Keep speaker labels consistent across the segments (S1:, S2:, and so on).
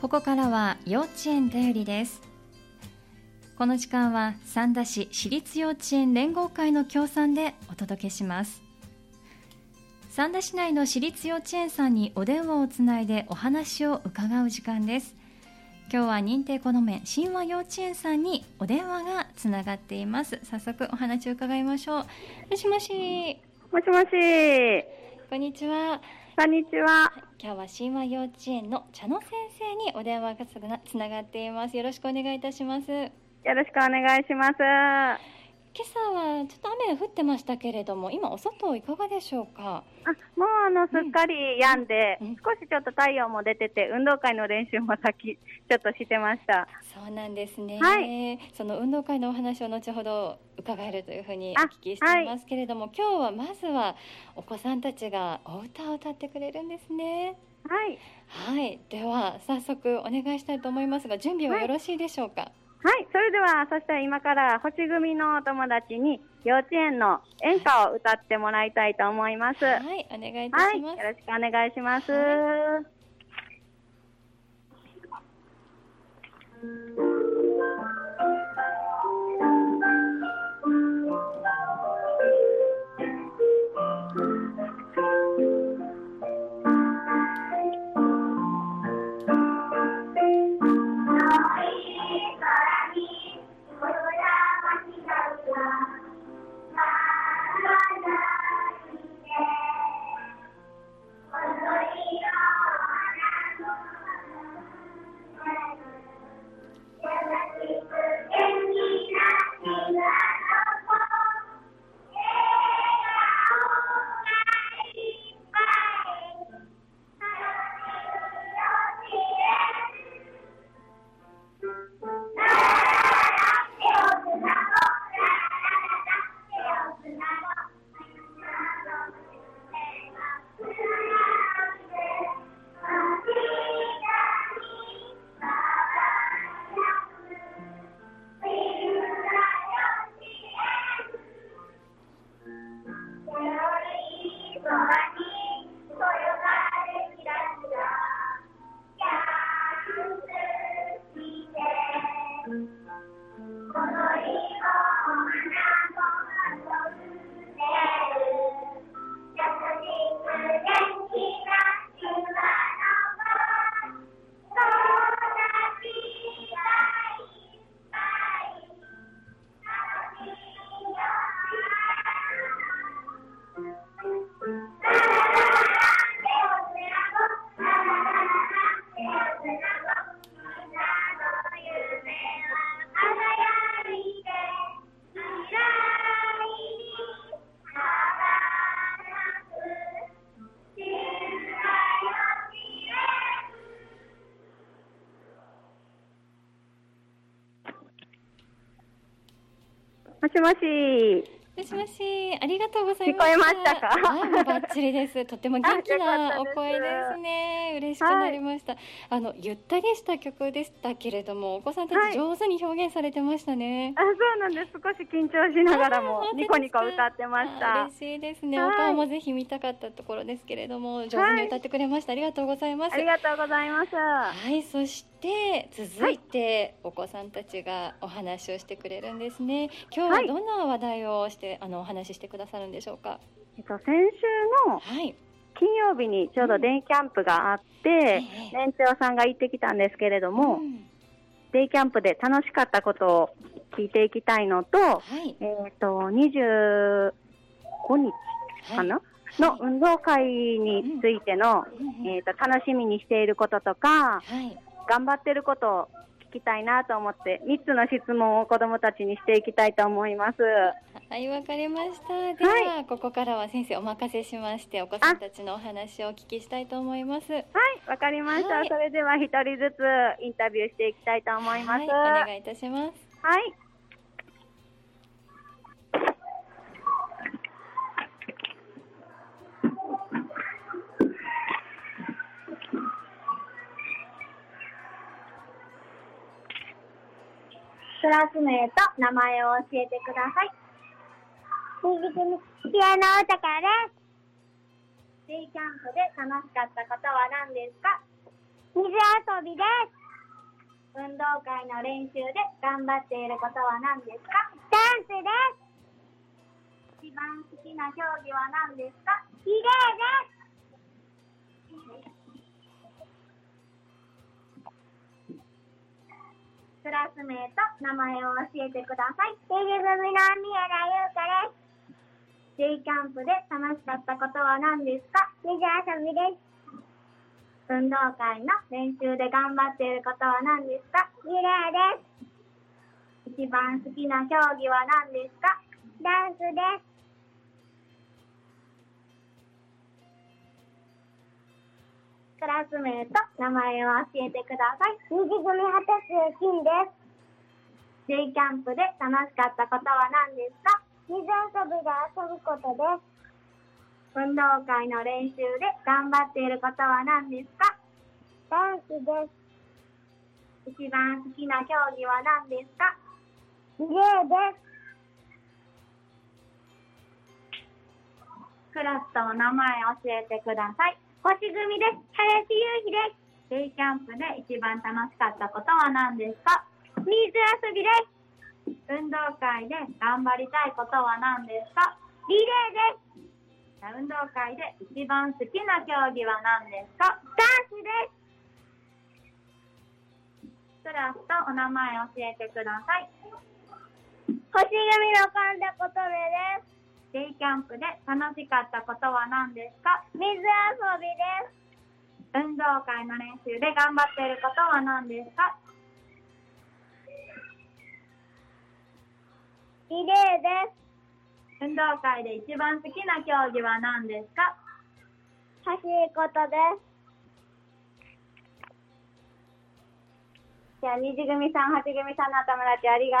S1: ここからは幼稚園だよりですこの時間は三田市私立幼稚園連合会の協賛でお届けします三田市内の私立幼稚園さんにお電話をつないでお話を伺う時間です今日は認定この面神話幼稚園さんにお電話がつながっています早速お話を伺いましょうもしもし
S2: もしもし、
S1: こんにちは
S2: こんにちは。
S1: 今日は神話幼稚園の茶野先生にお電話がつなつながっていますよろしくお願いいたします今
S2: よろしくお願いします。あ、
S1: 朝はちょっと雨が降ってましたけれども今お外いかがでしょうか
S2: もうあの、すっかり病んで、
S1: うん
S2: 少しちょっと太陽も出てて、運動会の練習も先、ちょっとしてました。
S1: そうなんですね、
S2: は
S1: その運動会のお話を後ほど伺えるというふうにお
S2: あ
S1: 聞きしていますけれども、今日はまずはお子さんたちがお歌を歌ってくれるんですね
S2: はい。
S1: はいでは早速お願いしたいと思いますが準備は
S2: はい
S1: よろしいでしょうか、
S2: はい。それでは、そしたら今から、星組のお友達に、幼稚園の演歌を歌ってもらいたいと思います。
S1: は、
S2: はい
S1: お願いいた
S2: い。
S1: し
S2: よ
S1: ま
S2: ろ
S1: す、
S2: しくお願いします。もしもし。
S1: もしもし、ありがとうございま
S2: 聞こ
S1: す。
S2: えましたか
S1: はい、もうバッチリです。とっても元気な
S2: あ
S1: お
S2: よかったです
S1: 声ですね。嬉しくなりました。あのゆったりした曲でしたけれども、お子さんた
S2: は
S1: ち
S2: い
S1: 上手に表現されてましたね。
S2: あ、そうなんです。少し緊張しながら
S1: あ、
S2: も
S1: ー
S2: ニコニコ歌ってまし
S1: あ
S2: た。
S1: 嬉しいですね。
S2: は
S1: お
S2: い
S1: 顔もぜひ見たかったところですけれども、上手に歌ってくれました。ありがとうございます
S2: あ。りがとうございます。
S1: はい、そして続いてお子さんたちがお話をしてくれるんですね。今
S2: は
S1: 日
S2: い
S1: はどんな話題をして、あのお話ししてくださるんでしょうか。
S2: えっと、先週の
S1: はい。
S2: 金曜日にちょうどデイキャンプがあって、
S1: ええ
S2: 年長さんが行ってきたんですけれども、
S1: うん
S2: デイキャンプで楽しかったことを聞いていきたいのと、
S1: はい。
S2: えっ、と、25日かな、の運動会についての、えっと楽しみにしていることと
S1: は
S2: か、
S1: い。
S2: 頑張ってることを聞きたいなと思って、3つの質問を子どもたちにしていきたいと思います。
S1: はい、わかりました。では、ここからは先生お任せしまして、お子さんたちのお話をお聞きしたいと思います。はい、
S2: はい、わかりました。
S1: はい
S2: それでは一人ずつインタビューしていきたいと思います。
S1: お願いいたします。
S2: はい。
S3: クラス名と名前を教えてください。右手にピアノ歌からです。デイキャンプで楽しかったことは何ですか水遊びです。運動会の練習で頑張っていることは何ですかダンスです。一番好きな競技は何ですかリレーです。クラス名と名前を教えてください。リリ組の宮田優香です。J キャンプで楽しかったことは何ですか水遊びです。運動会の練習で頑張っていることは何ですかリレーです。一番好きな競技は何ですかダンスです。クラス名と名前を教えてください。二次組二十金です。J キャンプで楽しかったことは何ですか水遊びで遊ぶことです。運動会の練習で頑張っていることは何ですかダンスです。一番好きな競技は何ですかリレーです。クラスとお名前教えてください。星組です。林優秀です。デイキャンプで一番楽しかったことは何ですか水遊びです。運動会で頑張りたいことは何ですかリレーです。運動会で一番好きな競技は何ですかダンスですクラスとお名前教えてください星組の神田琴音です J キャンプで楽しかったことは何ですか水遊びです運動会の練習で頑張っていることは何ですかリレーです運動会で一番好きな競技は何ですか走ることです。じゃあ、二次組さん、八組さんのお友達ありが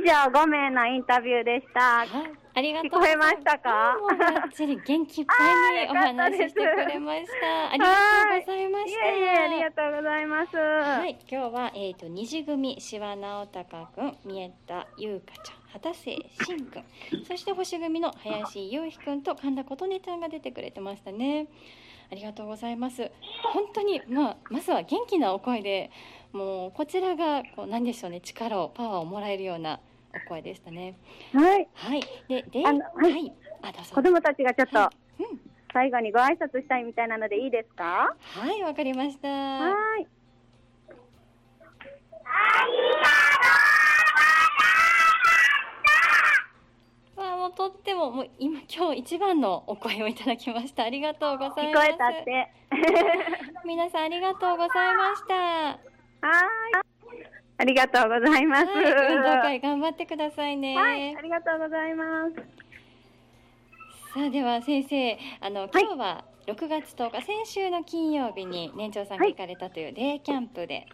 S2: 以上、5名のインタビューでした。
S1: はい、ありがとう
S2: 聞こえましたか
S1: もうばっちり元気いっぱいにお話ししてくれま した。ありがとうございま
S2: い
S1: し
S2: えいえ、ありが
S1: た。
S2: とうございます。
S1: はい、今日はえっ、と二次組シワ直隆くん、三枝優香ちゃん、畑瀬真くん、そして星組の林優ひくんと神田琴音ちゃんが出てくれてましたね。ありがとうございます。本当にまあまずは元気なお声で、もうこちらがこうなんでしょうね、力をパワーをもらえるようなお声でしたね。
S2: はい、
S1: はい。で、で、
S2: あのはい
S1: い。あ、どうぞ。
S2: 子供たちがちょっと
S1: はいうん
S2: 最後にご挨拶したいみたいなのでいいですか
S1: はい、わかりました。
S2: はーい。
S1: わあ、もうとっても、もう今、今日一番のお声をいただきました。ありがとうござい
S2: 聞
S1: ま
S2: こ
S1: す。
S2: えたって。
S1: 皆さん、ありがとうございました。は
S2: はーい。ありがとうございま
S1: い、
S2: す。
S1: 運動会頑張ってくださいね。
S2: はい、ありがとうございます。
S1: さあ、では、先生、あの、
S2: い
S1: 今日は6月10日、先週の金曜日に年長さんが行かれたというデイキャンプで。
S2: はい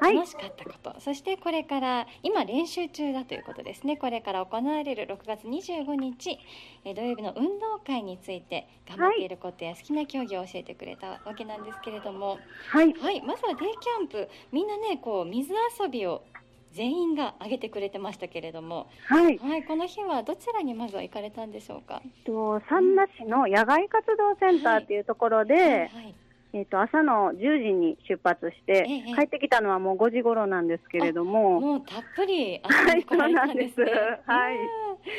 S1: 楽しかったこと、そしてこれから今練習中だということですねこれから行われる6月25日えー土曜日の運動会について頑張っていることや好きな競技を教えてくれたわけなんですけれども、
S2: はい。
S1: はい、まずはデイキャンプみんなねこう水遊びを全員が挙げてくれてましたけれども、
S2: はい。
S1: はい、この日はどちらにまずは行かれたんでしょうか。
S2: と三田市の野外活動センターっていうところで、
S1: はいはい、
S2: えっ、と朝の10時に出発して、
S1: ええ
S2: 帰ってきたのはもう5時頃なんですけれども、
S1: もうたっぷり遊
S2: は
S1: んで
S2: い、
S1: こ
S2: そう
S1: られ
S2: な
S1: た
S2: ん
S1: んで
S2: ですす
S1: ね。。
S2: はい。
S1: えー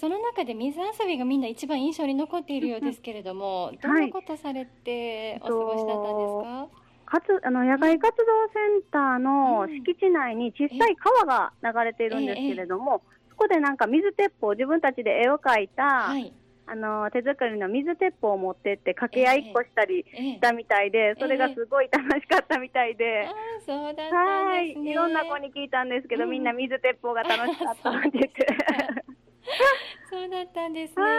S1: その中で水遊びがみんな一番印象に残っているようですけれども、どんなことされてお過ごしだったんですか、
S2: かつあの野外活動センター
S1: う
S2: の
S1: ん
S2: 敷地内に小さい川が流れているんですけれども、そこでなんか水鉄砲、自分たちで絵を描いた、
S1: はい、
S2: あの手作りの水鉄砲を持ってって掛け合いっこしたり
S1: えー
S2: したみたいで、それがすごい楽しかったみたいで。
S1: あーそうだった
S2: は
S1: ん
S2: い、
S1: ですね
S2: いろんな子に聞いたんですけど、
S1: うん
S2: みんな水鉄砲が楽しかったって言 って。
S1: そうだったんですね、
S2: はい、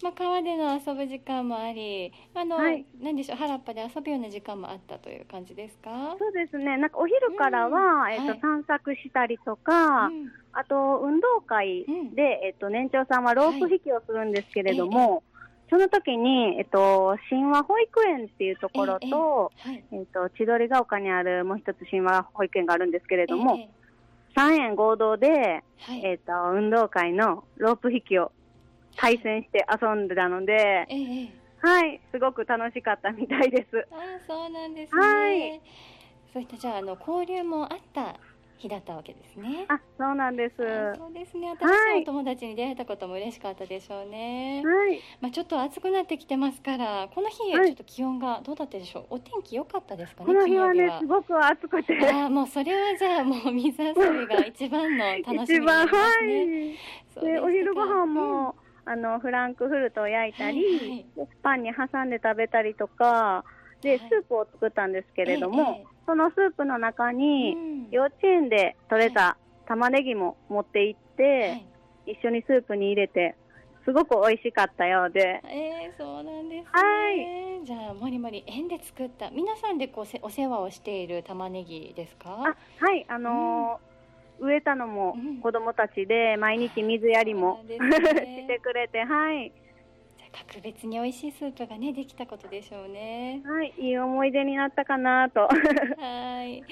S1: まあ、川での遊ぶ時間もありあの、
S2: はい
S1: なんでしょう原っぱで遊ぶような時間もあったという感じですか
S2: そうですね。なんかお昼から
S1: うん
S2: は、えっ、と、
S1: はい
S2: 散策したりとか、
S1: うん
S2: あと運動会
S1: うん
S2: で、えっ、と年長さんはロープ引きをするんですけれども、その時にえっ、と神話保育園っていうところと、
S1: はい
S2: えっ、と千鳥ヶ丘にあるもう一つ神話保育園があるんですけれども、
S1: え
S2: 三園合同で
S1: ーはい
S2: えっ、と運動会のロープ引きを対戦して遊んでたので。
S1: えーえー
S2: はい、すごく楽しかったみたいです。
S1: ああ、そうなんですね。
S2: はい
S1: そういったじゃああの交流もあった日だったわけですね。
S2: あ、そうなんです。
S1: あ
S2: は
S1: そうですね。新しいお友達に出会えたことも嬉しかったでしょうね。
S2: い、
S1: まあちょっと暑くなってきてますから、この日
S2: はい
S1: ちょっと気温がどうだったでしょう。お天気良かったですかね。
S2: この日は
S1: 金曜
S2: ね
S1: 日、
S2: すごく暑くて、
S1: ああもうそれはじゃあもう水遊びが一番の楽しみになり
S2: 一番
S1: ます
S2: は
S1: ね。
S2: い。
S1: そうで
S2: で、
S1: すか
S2: お昼ご飯も、あのフランクフルトを焼いたり、
S1: はいはい
S2: でパンに挟んで食べたりとか、
S1: は
S2: で
S1: い
S2: スープを作ったんですけれど
S1: えええ
S2: も、そのスープの中
S1: え
S2: に、
S1: うん
S2: 幼稚園で採れた玉ねぎも持って行って、
S1: はい
S2: 一緒にスープに入れて、すごく美味しかったようで、
S1: えー、そうなんですね。
S2: は
S1: じゃあもりもり園で作った皆さんでこうせお世話をしている玉ねぎですか
S2: あ？はい、あのー植えたのも
S1: うん
S2: 子供たちで、毎日水やりも、
S1: そうなんですね
S2: してくれて、はい、
S1: じゃあ格別に美味しいスープがねできたことでしょうね。
S2: はい、いい思い出になったかなと。
S1: はい。わか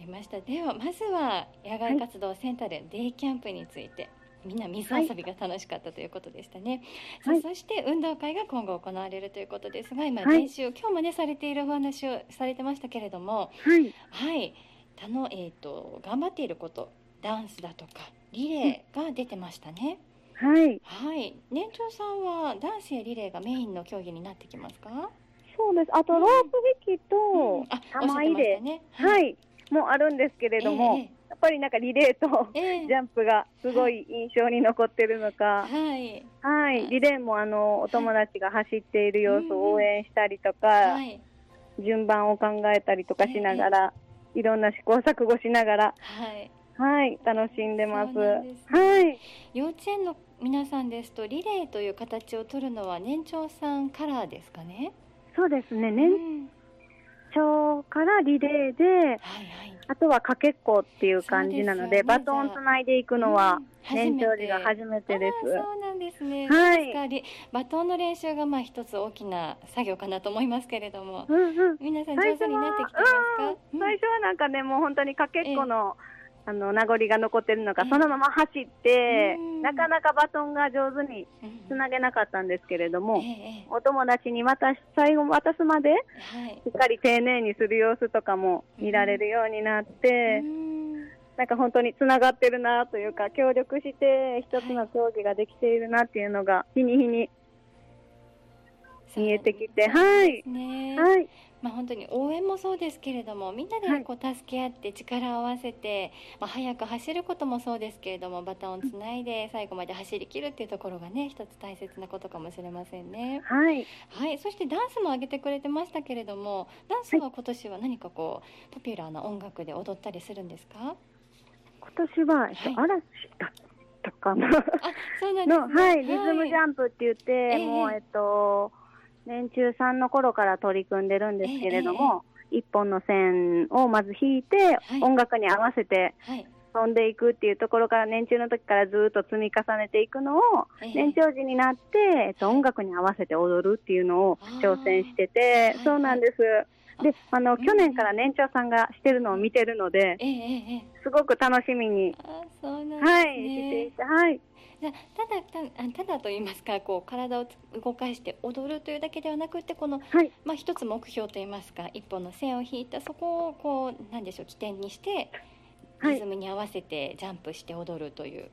S1: りました。ではまずは野外活動センターでデイキャンプについて。みんな水遊びが楽しかったということでしたね、さあ
S2: はい
S1: そして運動会が今後行われるということですが今
S2: はい
S1: 練習、今日もねされているお話をされてましたけれども、
S2: はい
S1: はい、たのえっ、と頑張っていること、ダンスだとかリレーが出てましたね。
S2: はい、
S1: はい、年長さんはダンスやリレーがメインの競技になってきますか？
S2: そうです。あとロープ引きと、
S1: あ、おっしゃっ
S2: 玉
S1: て
S2: 入
S1: ました
S2: れ、
S1: ね。、
S2: はいい、もあるんですけれども、
S1: え
S2: やっぱりなんかリレーと
S1: えええええ
S2: ジャンプがすごい印象に残ってるのか、
S1: はい、
S2: はい、リレーもあのお友達が走っている様
S1: うん
S2: 子
S1: うん
S2: を応援したりとか、
S1: はい、
S2: 順番を考えたりとかしながら、いろんな試行錯誤しながら、
S1: はい。
S2: はい、楽しんでます。
S1: そうなんですね
S2: はい、
S1: 幼稚園の皆さんですとリレーという形を取るのは年長さんカラーですかね？
S2: そうですね。
S1: う
S2: 年
S1: ん
S2: 長からリレーで、
S1: はいはい。
S2: あとはかけっこっていう感じな
S1: そ
S2: ので、
S1: うですよね
S2: バトンつないでいくのは
S1: うん
S2: 年長児が初めてで
S1: あーそうなんですね。
S2: は
S1: 確
S2: い
S1: かにバトンの練習がまあ一つ大きな作業かなと思いますけれども
S2: す。、うんうん。
S1: 皆さん
S2: 最
S1: 上
S2: 初
S1: 手になって
S2: は
S1: きてますか？
S2: うん最初はなんかね、もう本当にかけっこの、あの名残が残ってるのか、
S1: ええ
S2: そのまま走って、
S1: うん
S2: なかなかバトンが上手につなげなかったんですけれども、
S1: えええ
S2: お友達に渡し最後渡すまで
S1: えはい。
S2: しっかり丁寧にする様子とかも見られるようになって、
S1: うん
S2: なんか本当につながってるなというか協力して一つの競技ができているなっていうのが日に日に見えてきてはい
S1: そうですね。
S2: はい
S1: まあ本当に応援もそうですけれども、みんな
S2: は
S1: で
S2: い
S1: こう助け合って力を合わせて、まあ早く走ることもそうですけれども、バトンをつないで最後まで走り切るっていうところがね、一つ大切なことかもしれませんね。
S2: はい
S1: はい、そしてダンスも上げてくれてましたけれども、ダンスは今年は何かこう、ポピュラーな音楽で踊ったりするんですか？
S2: 今年は、えっと、嵐だったかな
S1: あ、そうなんです
S2: の、
S1: ね。
S2: はい、リズムジャンプって言って、
S1: え
S2: もうえっと年中3の頃から取り組んでるんですけれども、一本の線をまず引いて、
S1: はい
S2: 音楽に合わせて
S1: はい、
S2: 飛んでいくっていうところから年中の時からずっと積み重ねていくのを
S1: ええ
S2: 年長時になって、えっと、音楽に合わせて踊るっていうのを
S1: あー
S2: 挑戦して
S1: はい
S2: て
S1: はい
S2: そうなんです。であの去年から年長さんがしてるのを見てるので
S1: ええええええ
S2: すごく楽しみに、
S1: あーそうなんですね。
S2: はい、していて、はい、
S1: じゃあただたあただと言いますかこう体をつ動かして踊るというだけではなくってこの、
S2: はい
S1: まあ、一つ目標と言いますか一本の線を引いたそこをこうなんでしょう起点にして
S2: はい
S1: リズムに合わせてジャンプして踊るという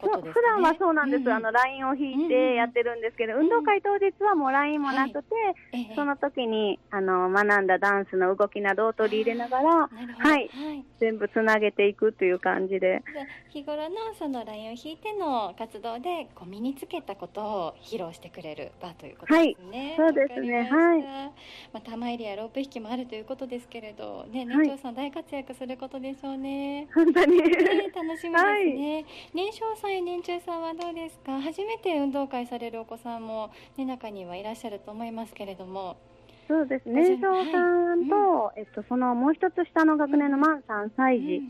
S1: こ
S2: そ
S1: と
S2: う
S1: ですかね。
S2: 普段はそうなんです、
S1: ん
S2: あのラインを引い
S1: うんうん
S2: てやってるんですけど、運動会当日はもうラインもなくて、
S1: ええ
S2: その時にあの学んだダンスの動きなどを取り入れなが
S1: な
S2: ら
S1: るほど
S2: はい
S1: はい
S2: 全部つなげていくという感じで、
S1: じゃあ日頃のそのラインを引いての活動でこう身につけたことを披露してくれる場ということですね。
S2: はいそうですね
S1: わかりました。まあ玉入れやロープ引きもあるということですけれど、ね
S2: はい
S1: 年長さん大活躍することでしょう ね。
S2: 本当に、
S1: ね、楽しみですね、年少さんや年中さんはどうですか初めて運動会されるお子さんも、ね、中にはいらっしゃると思いますけれども
S2: そうです
S1: はい
S2: ね、年少さんと、えっと、そのもう一つ下の学年の満3歳児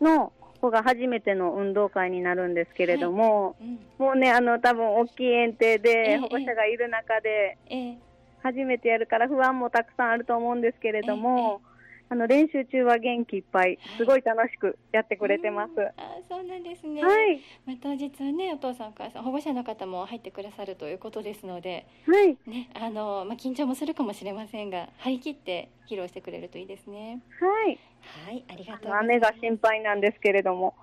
S2: の子が初めての運動会になるんですけれども、
S1: うんうんうん
S2: もうね、あの多分大きい園庭
S1: ええ
S2: で保護者がいる中で、
S1: ええ
S2: 初めてやるから不安もたくさんあると思うんですけれども、あの練習中は元気いっぱい、すごい楽しくやってくれてます。
S1: うんあそうなんですね。
S2: はい、
S1: また実はねお父さんお母さん保護者の方も入ってくださるということですので、
S2: はい、
S1: ねあのまあ緊張もするかもしれませんが張り切って披露してくれるといいですね。
S2: はい。
S1: はいありがとうございます。
S2: 雨が心配なんですけれども。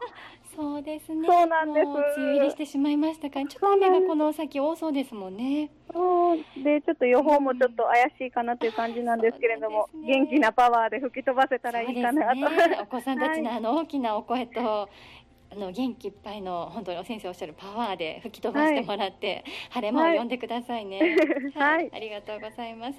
S1: そうですね。
S2: そうなんです
S1: もう梅雨入りしてしまいましたからちょっと雨がこの先多そうですもんね。
S2: そうで、ちょっと予報もちょっと怪しいかなという感じなんですけれども、
S1: そうですね
S2: 元気なパワーで吹き飛ばせたらいいかなと。
S1: そうですね。お子さんたちの
S2: はい
S1: あの大きなお声と。あの元気いっぱいの本当にお先生おっしゃるパワーで吹き飛ばしてもらって、晴れ間を呼んでくださいね。
S2: はい
S1: ありがとうございます。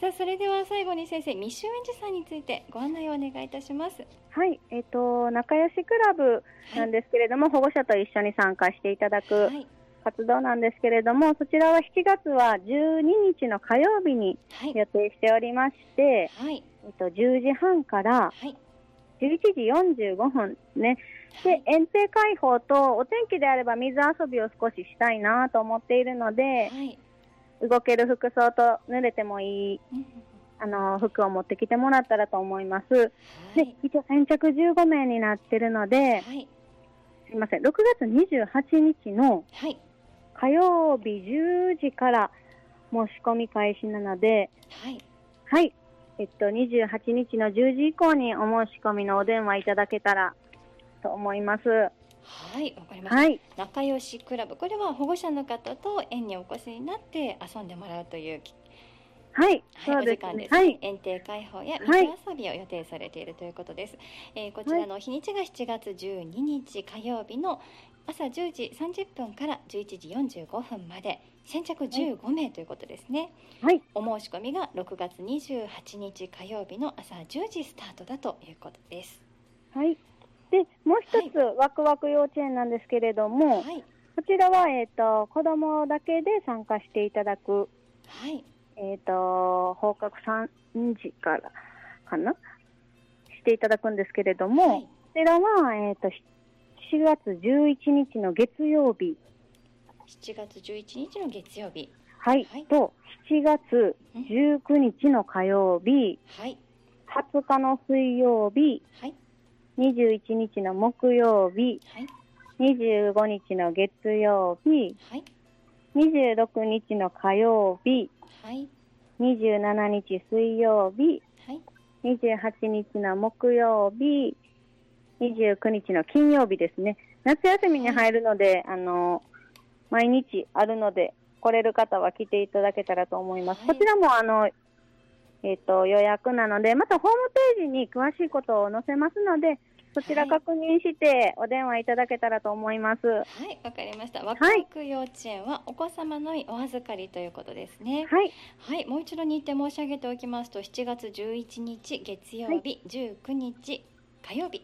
S1: さあそれでは最後に先生未就園児さんについてご案内をお願いいたします。
S2: はい、えっ、と仲良しクラブなんですけれども、保護者と一緒に参加していただく
S1: はい
S2: 活動なんですけれども、そちらは7月は12日の火曜日に
S1: はい
S2: 予定しておりまして、
S1: はい
S2: えっと10時半から
S1: はい
S2: 11時45分ね。で、園庭開放とお天気であれば水遊びを少ししたいなと思っているの
S1: は
S2: で、
S1: い。
S2: 動ける服装と濡れてもいい、
S1: うん
S2: あの、服を持ってきてもらったらと思います。
S1: は
S2: で
S1: い、
S2: 一応先着15名になってるの
S1: は
S2: で、
S1: い
S2: すいません、6月28日の
S1: はい
S2: 火曜日10時から申し込み開始なので、
S1: はい
S2: はい、えっと、28日の10時以降にお申し込みのお電話いただけたらと思います。
S1: はいわかりました。
S2: はい、
S1: 仲良しクラブこれは保護者の方と園にお越しになって遊んでもらうというき
S2: はい、
S1: はい、
S2: そ
S1: お
S2: う
S1: 時
S2: で
S1: 間で
S2: すね。
S1: す、ね
S2: はい、
S1: 園庭開放や水
S2: はい
S1: 遊びを予定されているということです、えーこちらの日にちが7月12日火曜日の朝10時30分から11時45分まで先着15名ということですね、
S2: はい、
S1: お申し込みが6月28日火曜日の朝10時スタートだということです
S2: はい。で、もう一つ、ワクワク幼稚園なんですけれど
S1: は
S2: も、
S1: い
S2: こちらは、えっと、子供だけで参加していただく、
S1: はい
S2: えっと、放課後3時からかなしていただくんですけれども、
S1: はい
S2: こちらは、えっとし4月11日の月曜日、
S1: 7月11日の月曜日
S2: はい
S1: はい
S2: と7月19日の火曜日、
S1: はい
S2: 20日の水曜日、
S1: はい
S2: 21日の木曜日、
S1: はい
S2: 25日の月曜日、
S1: はい
S2: 26日の火曜日、
S1: はい
S2: 27日水曜日、
S1: はい
S2: 28日の木曜日、29日の金曜日ですね。夏休みに入るので、あの、毎日あるので、来れる方は来ていただけたらと思います。
S1: はい
S2: こちらも、あの、えっ、と、予約なので、またホームページに詳しいことを載せますので、そちら確認してお電話いただけたらと思います。は
S1: はい、わかりました。ワクワク幼稚園はお子様のお預かりということですね。
S2: い。
S1: はい、もう一度日程申し上げておきますと、7月11日月曜日、19日火曜日、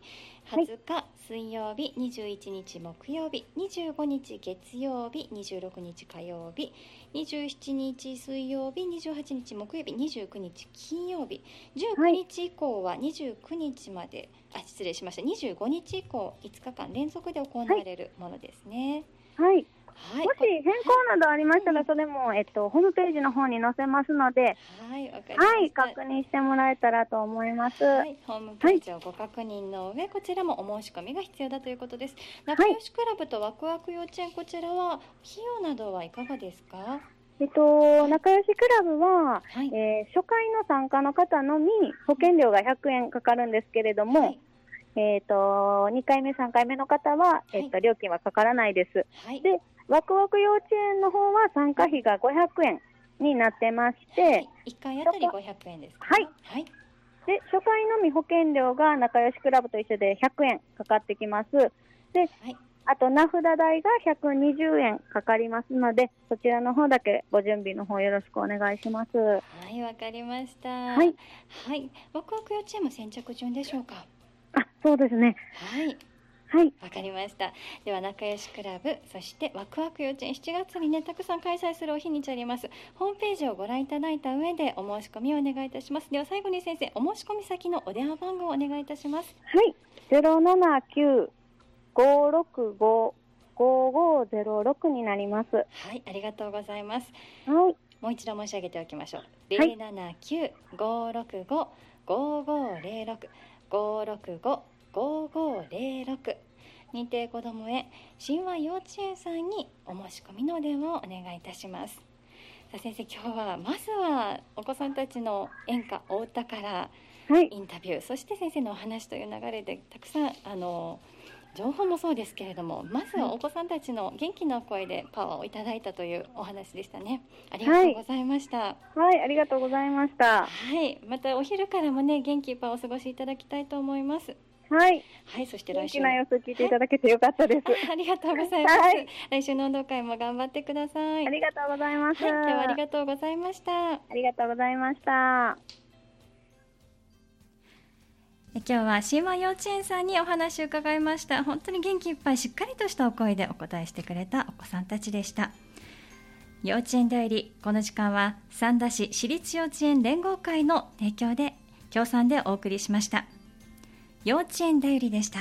S2: はい
S1: 20日水曜日、21日木曜日、25日月曜日、26日火曜日、27日水曜日、28日木曜日、29日金曜日、19日以降は29日まで、あ失礼しました。25日以降5日間連続で行われるものですね。
S2: はい。
S1: はい。
S2: もし変更などありましたら、それも、えっと、ホームページの方に載せますので、
S1: はい、わかりま
S2: はい、
S1: した。
S2: 確認してもらえたらと思います。は、
S1: はいい、ホームページをご確認の上、こちらもお申し込みが必要だということです。仲良しクラブとワクワク幼稚園、こちらは費用などはいかがですか。
S2: えっと、仲良しクラブは、
S1: はい、
S2: えー初回の参加の方のみ保険料が100円かかるんですけれども、
S1: はい、
S2: えっと、2回目、3回目の方は、えっと、料金はかからないです。
S1: はい、
S2: で、ワクワク幼稚園の方は参加費が500円になってまして、
S1: はい一回あたり500円ですか。
S2: はい、
S1: はい、
S2: で初回のみ保険料が仲良しクラブと一緒で100円かかってきます。で、
S1: はい
S2: あと名札代が120円かかりますので、そちらの方だけご準備の方よろしくお願いします。は、
S1: はい、わかりました。はいはい、ワクワク幼稚園も先着順でしょうか。
S2: あ、そうですね。
S1: はい。
S2: はい、
S1: わかりました。では仲良しクラブ、そしてワクワク幼稚園7月にねたくさん開催するお日にちあります。ホームページをご覧いただいた上でお申し込みをお願いいたします。では最後に先生、お申し込み先のお電話番号をお願いいたします。
S2: はい、0 7 9 5 6 5 5 5 0 6になります。は
S1: はい、ありがとうございます。
S2: い、
S1: もう一度申し上げておきましょう。
S2: は
S1: 零
S2: い
S1: 七九五六五五五零六五六五五五零六認定子どもへ神話幼稚園さんにお申し込みの電話をお願いいたしますさあ先生今日はまずはお子さんたちの演歌お歌から
S2: はい、
S1: インタビューそして先生のお話という流れでたくさんあの情報もそうですけれどもまずはお子さんたちの元気な声でパワーをいただいたというお話でしたねありがとうございました、
S2: はい、ありがとうございました。
S1: はい、またお昼からもね元気いっぱいお過ごしいただきたいと思います。
S2: はい、
S1: はい、そして
S2: 元
S1: 来週
S2: 気
S1: も
S2: な様子を聞いていただけてよかったです。
S1: ありがとうございます。
S2: はい
S1: 来週の運動会も頑張ってください。
S2: ありがとうございます。
S1: はい、今日はあり
S2: あ
S1: がとうございました。
S2: りがとうございました。
S4: え今日は神話幼稚園さんにお話を伺いました本当に元気いっぱいしっかりとしたお声でお答えしてくれたお子さんたちでした幼稚園だよりこの時間は三田市私立幼稚園連合会の提供で協賛でお送りしました幼稚園だよりでした